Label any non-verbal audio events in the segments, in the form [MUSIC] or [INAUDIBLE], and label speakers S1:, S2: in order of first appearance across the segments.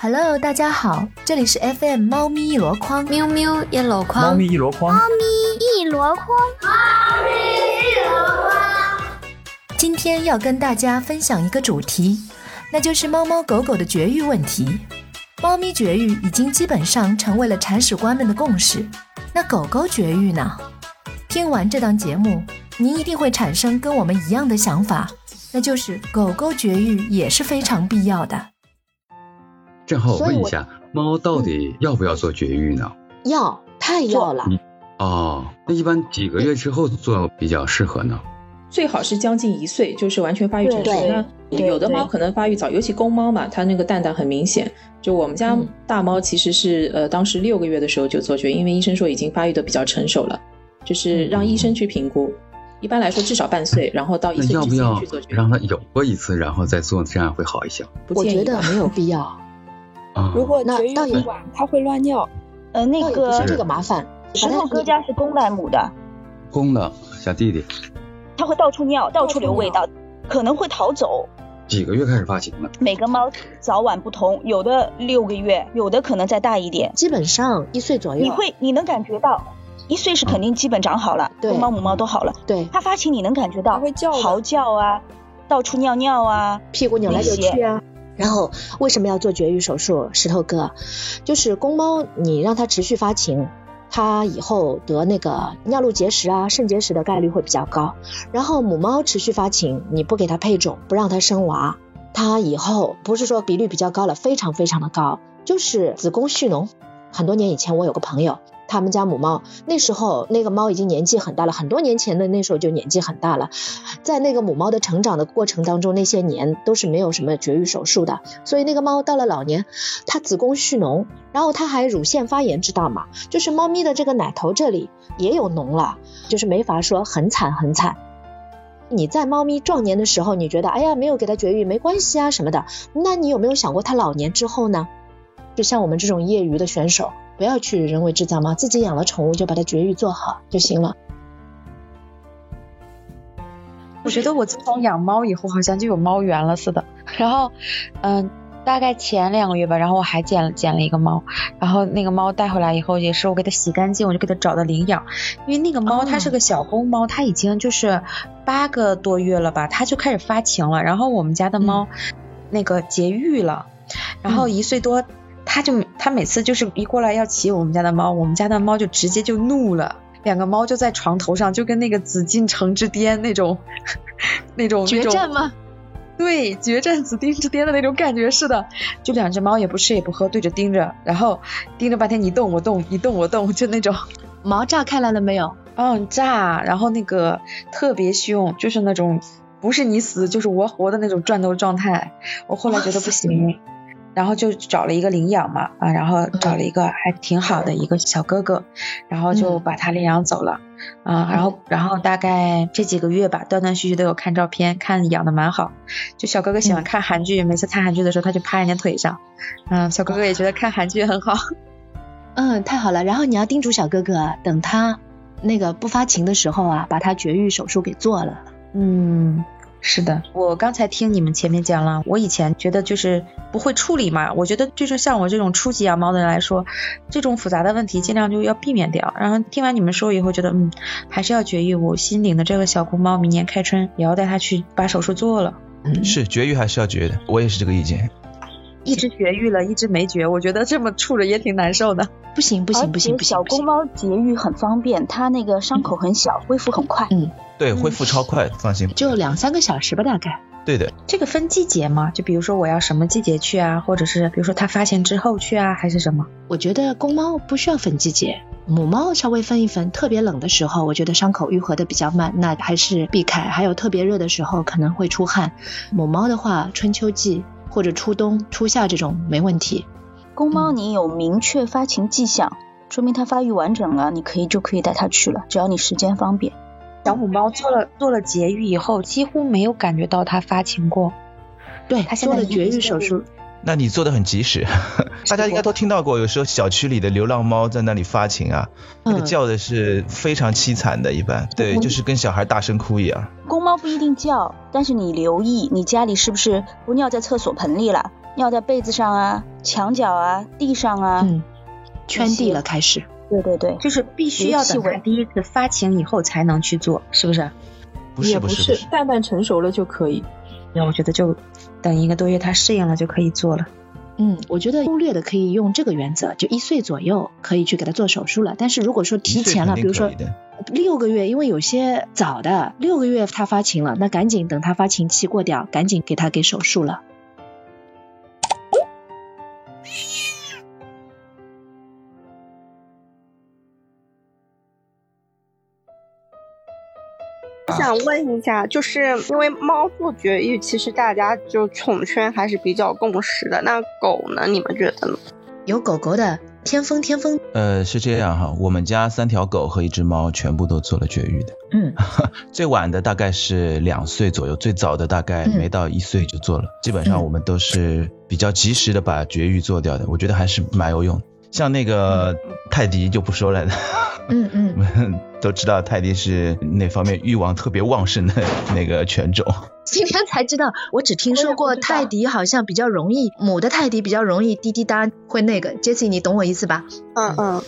S1: Hello，大家好，这里是 FM 猫咪一箩筐，
S2: 喵喵一箩
S3: 猫
S2: 筐，
S3: 咪一箩筐，
S4: 一箩筐，
S1: 今天要跟大家分享一个主题，那就是猫猫狗狗的绝育问题。猫咪绝育已经基本上成为了铲屎官们的共识，那狗狗绝育呢？听完这档节目，您一定会产生跟我们一样的想法，那就是狗狗绝育也是非常必要的。
S5: 正好
S6: 所以
S5: 问一
S6: 我
S5: 下，猫到
S7: 嗯
S5: 底要不要做绝育呢？
S6: 要太要了，
S5: 哦，那一般几个月之后做比较适合呢？
S7: 最好是将近一岁，就是完全发育成熟。
S6: 对
S7: 那
S6: 对
S7: 有的
S6: 对
S7: 猫可能发育早，尤其公猫嘛，它那个蛋蛋很明显。就我们家
S1: 嗯
S7: 大猫其实是、呃，当时六个月的时候就做绝，因为医生说已经发育的比较成熟了，就是让医生去评估。一般来说至少半岁，然后到一
S5: 那
S7: 岁
S5: 要
S7: 之
S5: 不
S7: 前
S5: 要
S7: 去做绝育，
S5: 让它有过一次，然后再做，这样会好一些？
S7: 不
S6: 我
S7: 建
S6: 觉
S7: 议
S6: 得
S7: 吧。
S6: 没有必要，
S5: 啊、
S8: 如果
S6: 那
S8: 绝育
S6: 倒也
S8: 不晚，它会乱尿。
S4: 呃， [LAUGHS] 那
S6: 倒也不
S4: 个
S6: 是这个麻烦。
S4: 石头哥家是公的还是母的？
S5: 公的小弟弟
S4: 它会到处尿，到处留味道，可能会逃走。
S5: 几个月开始发情了？
S4: 每个猫早晚不同，有的六个月，有的可能再大一点。
S6: 基本上一岁左右，
S4: 你会，你能感觉到，一岁是肯定基本长好了，
S6: 对嗯
S4: 公猫母猫都好了。
S6: 对
S4: 它发情你能感觉到
S8: 它会叫的
S4: 嚎叫啊，到处尿尿啊。
S6: 屁股扭来扭
S4: 那
S6: 去啊。然后为什么要做绝育手术？石头哥，就是公猫，你让它持续发情，它以后得那个尿路结石啊、肾结石的概率会比较高。然后母猫持续发情，你不给它配种，不让它生娃，它以后不是说比率比较高了，非常非常的高，就是子宫蓄脓。很多年以前，我有个朋友，他们家母猫那时候那个猫已经年纪很大了，很多年前的那时候就年纪很大了，在那个母猫的成长的过程当中，那些年都是没有什么绝育手术的，所以那个猫到了老年，它子宫蓄脓，然后它还乳腺发炎，知道吗？就是猫咪的这个奶头这里也有脓了，就是没法说很惨很惨。你在猫咪壮年的时候，你觉得哎呀没有给它绝育没关系啊什么的，那你有没有想过它老年之后呢？就像我们这种业余的选手，不要去人为制造猫，自己养了宠物就把它绝育做好就行了。
S9: 我觉得我自从养猫以后，好像就有猫缘了似的。然后，嗯，大概前两个月吧，然后我还捡了捡了一个猫，然后那个猫带回来以后，也是我给它洗干净，我就给它找到领养，因为那个猫它是个小公猫，它已经就是八个多月了吧，它就开始发情了。然后我们家的猫、
S2: 嗯
S9: 那个节育了，然后一岁多。它就它每次就是一过来要骑我们家的猫，我们家的猫就直接就怒了，两个猫就在床头上，就跟那个紫禁城之巅那种 [LAUGHS] 那种
S2: 决战？吗
S9: 那种？对，决战紫禁之巅的那种感觉似的，就两只猫也不吃也不喝，对着盯着，然后盯着半天，你动我动，你动我动，就那种，
S2: 毛炸开来了没有？
S9: 嗯，炸，然后那个特别凶，就是那种不是你死就是我活的那种战斗状态。我后来觉得不行，然后就找了一个领养嘛，啊，然后找了一个还挺好的一个小哥哥，然后就把他领养走了，啊，然后然后大概这几个月吧，断断续续都有看照片，看养的蛮好。就小哥哥喜欢看韩剧，每次看韩剧的时候他就趴人家腿上，嗯，小哥哥也觉得看韩剧很好。
S1: 嗯，太好了。然后你要叮嘱小哥哥，等他那个不发情的时候啊，把他绝育手术给做了。
S9: 嗯，是的，我刚才听你们前面讲了，我以前觉得就是不会处理嘛，我觉得就是像我这种初级养猫的人来说，这种复杂的问题尽量就要避免掉。然后听完你们说以后，觉得嗯，还是要绝育。我新领的这个小公猫，明年开春也要带它去把手术做了。
S10: 是绝育还是要绝的？我也是这个意见。
S9: 一只绝育了，一只没绝，我觉得这么处着也挺难受的。
S1: 不行不行不行
S4: 而
S1: 不
S4: 且
S1: 行
S4: 哦小
S1: 不
S4: 公
S1: 行！
S4: 猫节育很方便，它那个伤口很小，恢复很快。
S10: 对，恢复超快，放心。
S1: 就两三个小时吧，大概。
S10: 对的，
S9: 这个分季节吗？就比如说我要什么季节去啊，或者是比如说它发情之后去啊，还是什么？
S1: 我觉得公猫不需要分季节，母猫稍微分一分。特别冷的时候，我觉得伤口愈合的比较慢，那还是避开。还有特别热的时候可能会出汗，母猫的话，春秋季或者初冬、初夏这种没问题。
S4: 公猫你有明确发情迹象，说明它发育完整了，你可以就可以带它去了，只要你时间方便。
S9: 小母猫做了做了节育以后，几乎没有感觉到它发情过。
S1: 对，
S9: 它现
S1: 做
S9: 在
S1: 了
S9: 已经
S1: 绝
S9: 是
S1: 育手术，
S10: 那你做的很及
S3: [LAUGHS]
S10: 时，大家应该都听到过，有时候小区里的流浪猫在那里发情啊，那个
S1: 嗯
S10: 叫的是非常凄惨的，一般对，就是跟小孩大声哭一样。
S4: 公猫不一定叫，但是你留意你家里是不是不尿在厕所盆里了，尿在被子上啊、墙角啊、地上啊，
S3: 嗯，圈地了开始。
S4: 对对对，
S9: 就是必须要等它第一次发情以后才能去做，是不是？
S10: 不是
S7: 也
S10: 不
S7: 不
S10: 是不是，
S7: 蛋蛋成熟了就可以。
S9: 那我觉得就等一个多月它适应了就可以做了。
S3: 嗯，我觉得忽略的可以用这个原则，就一岁左右可以去给他做手术了。但是如果说提前了，比
S10: 一
S3: 如
S10: 岁
S3: 说
S10: 肯定可以的
S3: 六个月，因为有些早的六个月他发情了，那赶紧等他发情期过掉，赶紧给他给手术了。
S8: 我想问一下，就是因为猫做绝育，其实大家就宠圈还是比较共识的。那狗呢？你们觉得呢？
S1: 有狗狗的天风天风，
S10: 呃，是这样哈，我们家三条狗和一只猫全部都做了绝育的。
S1: 嗯，
S10: [LAUGHS] 最晚的大概是两岁左右，最早的大概没到一岁就做了。基本上我们都是比较及时的把绝育做掉的，我觉得还是蛮有用的。像那个泰迪就不说了，
S1: 嗯
S10: 我
S1: 嗯，
S10: 们都知道泰迪是哪方面欲望特别旺盛的那个犬种。
S1: 今天才知道，我只听说过泰迪好像比较容易，母的泰迪比较容易滴滴答会那个。Jesse，你懂我意思吧？
S8: 嗯嗯，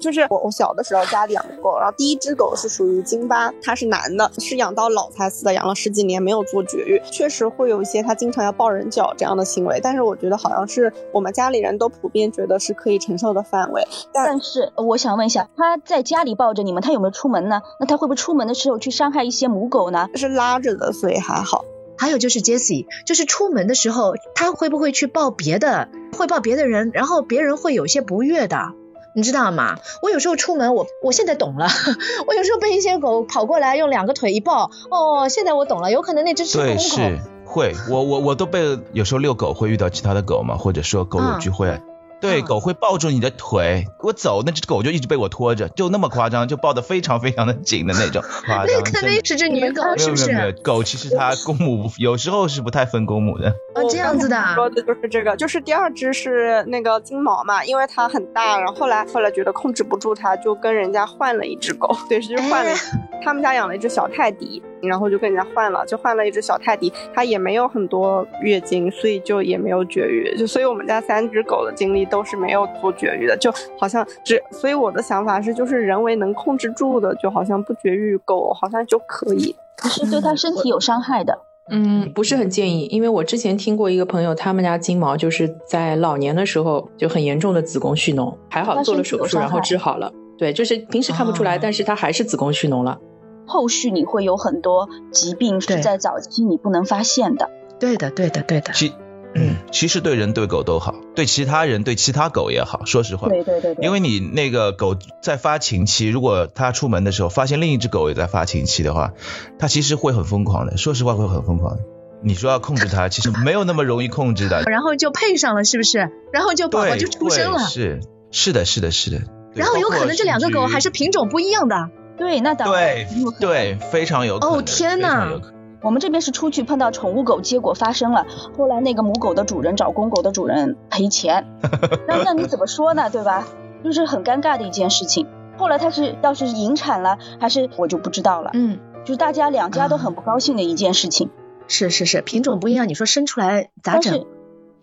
S8: 就是我我小的时候家里养狗，然后第一只狗是属于京巴，它是男的，是养到老才死的，养了十几年没有做绝育，确实会有一些它经常要抱人脚这样的行为，但是我觉得好像是我们家里人都普遍觉得是可以承受的范围。
S4: 但是呃我想问一下，它在家里抱着你们，它有没有出门呢？那它会不会出门的时候去伤害一些母狗呢？
S8: 是拉着的，所以还好。
S1: 还有就是 Jesse，就是出门的时候，他会不会去抱别的，会抱别的人，然后别人会有些不悦的，你知道吗？我有时候出门，我我现在懂了， [LAUGHS] 我有时候被一些狗跑过来，用两个腿一抱，哦，现在我懂了，有可能那只是
S10: 对，
S1: 公狗，
S10: 是会，我我我都被有时候遛狗会遇到其他的狗嘛，或者说狗友聚会，对，
S1: 嗯
S10: 狗会抱住你的腿，我走，那只狗就一直被我拖着，就那么夸张，就抱得非常非常的紧的
S1: [LAUGHS]
S10: 那种，夸
S1: 那
S10: 张。
S1: 可
S10: 真的
S1: 能是只女狗，
S10: 没
S1: 是
S10: 有
S1: 不
S10: 没有没有
S1: 是？，
S10: 狗其
S1: [LAUGHS]
S10: 实它公母有时候是不太分公母的，
S1: 哦，这样子的啊，
S8: 说的就是这个，就是第二只是那个金毛嘛，因为它很大，然后后来后来觉得控制不住它，就跟人家换了一只狗， [LAUGHS] 对，就是换了
S1: 哎
S8: 一只，他们家养了一只小泰迪，然后就跟人家换了，就换了一只小泰迪，它也没有很多月经，所以就也没有绝育，就所以我们家三只狗的经历都是没有做绝育的，就好像只，所以我的想法是，就是人为能控制住的，就好像不绝育狗好像就可以，
S4: 可是对它身体有伤害的。
S7: 嗯，不是很建议，因为我之前听过一个朋友，他们家金毛就是在老年的时候就很严重的子宫蓄脓，还好做了手
S4: 那身体有
S7: 术，
S4: 伤害
S7: 然后治好了。对，就是平时看不出来，
S1: 哦
S7: 但是他还是子宫蓄脓了。
S4: 后续你会有很多疾病
S1: 对
S4: 是在早期你不能发现的。
S1: 对的，对的，对的，
S10: 其
S1: 嗯
S10: [CLEARS THROAT] 其实对人对狗都好，对其他人对其他狗也好，说实话，
S4: 对对对对，
S10: 因为你那个狗在发情期，如果它出门的时候发现另一只狗也在发情期的话，它其实会很疯狂的。说实话，会很疯狂的。你说要控制它，其实没有那么容易控制的。
S1: 然后就配上了，是不是？然后就宝宝
S10: 对，
S1: 就出生了
S10: 会，是是的，是的，是的。对
S1: 然后有
S10: 包括
S1: 可能这两个
S10: 甚至
S1: 狗
S10: 于
S1: 还是品种不一样的，
S4: 对，那当然
S10: 对
S4: 很有可能。
S10: 对，非常有可能。
S1: 哦天哪
S10: 非常有可能！
S4: 我们这边是出去碰到宠物狗，结果发生了，后来那个母狗的主人找公狗的主人赔钱，那那你怎么说呢？对吧？就是很尴尬的一件事情。后来他是要是引产了，还是我就不知道了。
S1: 嗯。
S4: 就是大家两家都很不高兴的一件事情。
S1: 是是是，品种不一样，你说生出来咋
S4: 但是
S1: 整？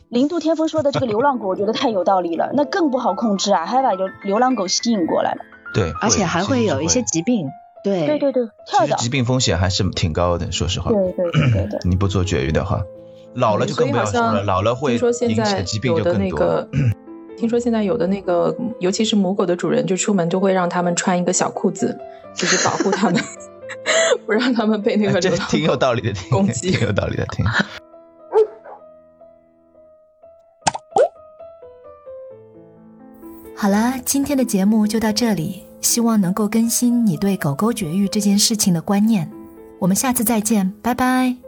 S4: 零度天风说的这个流浪狗，我觉得太有道理了，那更不好控制啊，还把流流浪狗吸引过来了。
S10: 对，
S1: 而且还会有一些
S10: 其实
S1: 疾病，对
S4: 对对对，
S10: 是
S4: 跳
S10: 会其
S4: 蚤
S10: 实。疾病风险还是挺高的。说实话，
S4: 对对对对对。
S10: [CLEARS THROAT] 你不做绝育的话，老了就
S7: 嗯所
S10: 更
S7: 以
S10: 不
S7: 好
S10: 要说了，
S7: 像
S10: 老了会
S7: 听说现
S10: 引起
S7: 在
S10: 的疾病
S7: 有
S10: 就
S7: 的
S10: 更
S7: 那
S10: 多。 [CLEARS THROAT]
S7: 个，听说现在有的那个，尤其是母狗的主人，就出门都会让他们穿一个小裤子，就是保护他们， [LAUGHS] 不让他们被那个
S10: 哎这
S7: 流浪
S10: 挺有
S7: 狗
S10: 道理的，挺
S7: [LAUGHS] 攻击
S10: 挺有道理的，挺。
S1: 好啦，今天的节目就到这里，希望能够更新你对狗狗绝育这件事情的观念。我们下次再见，拜拜。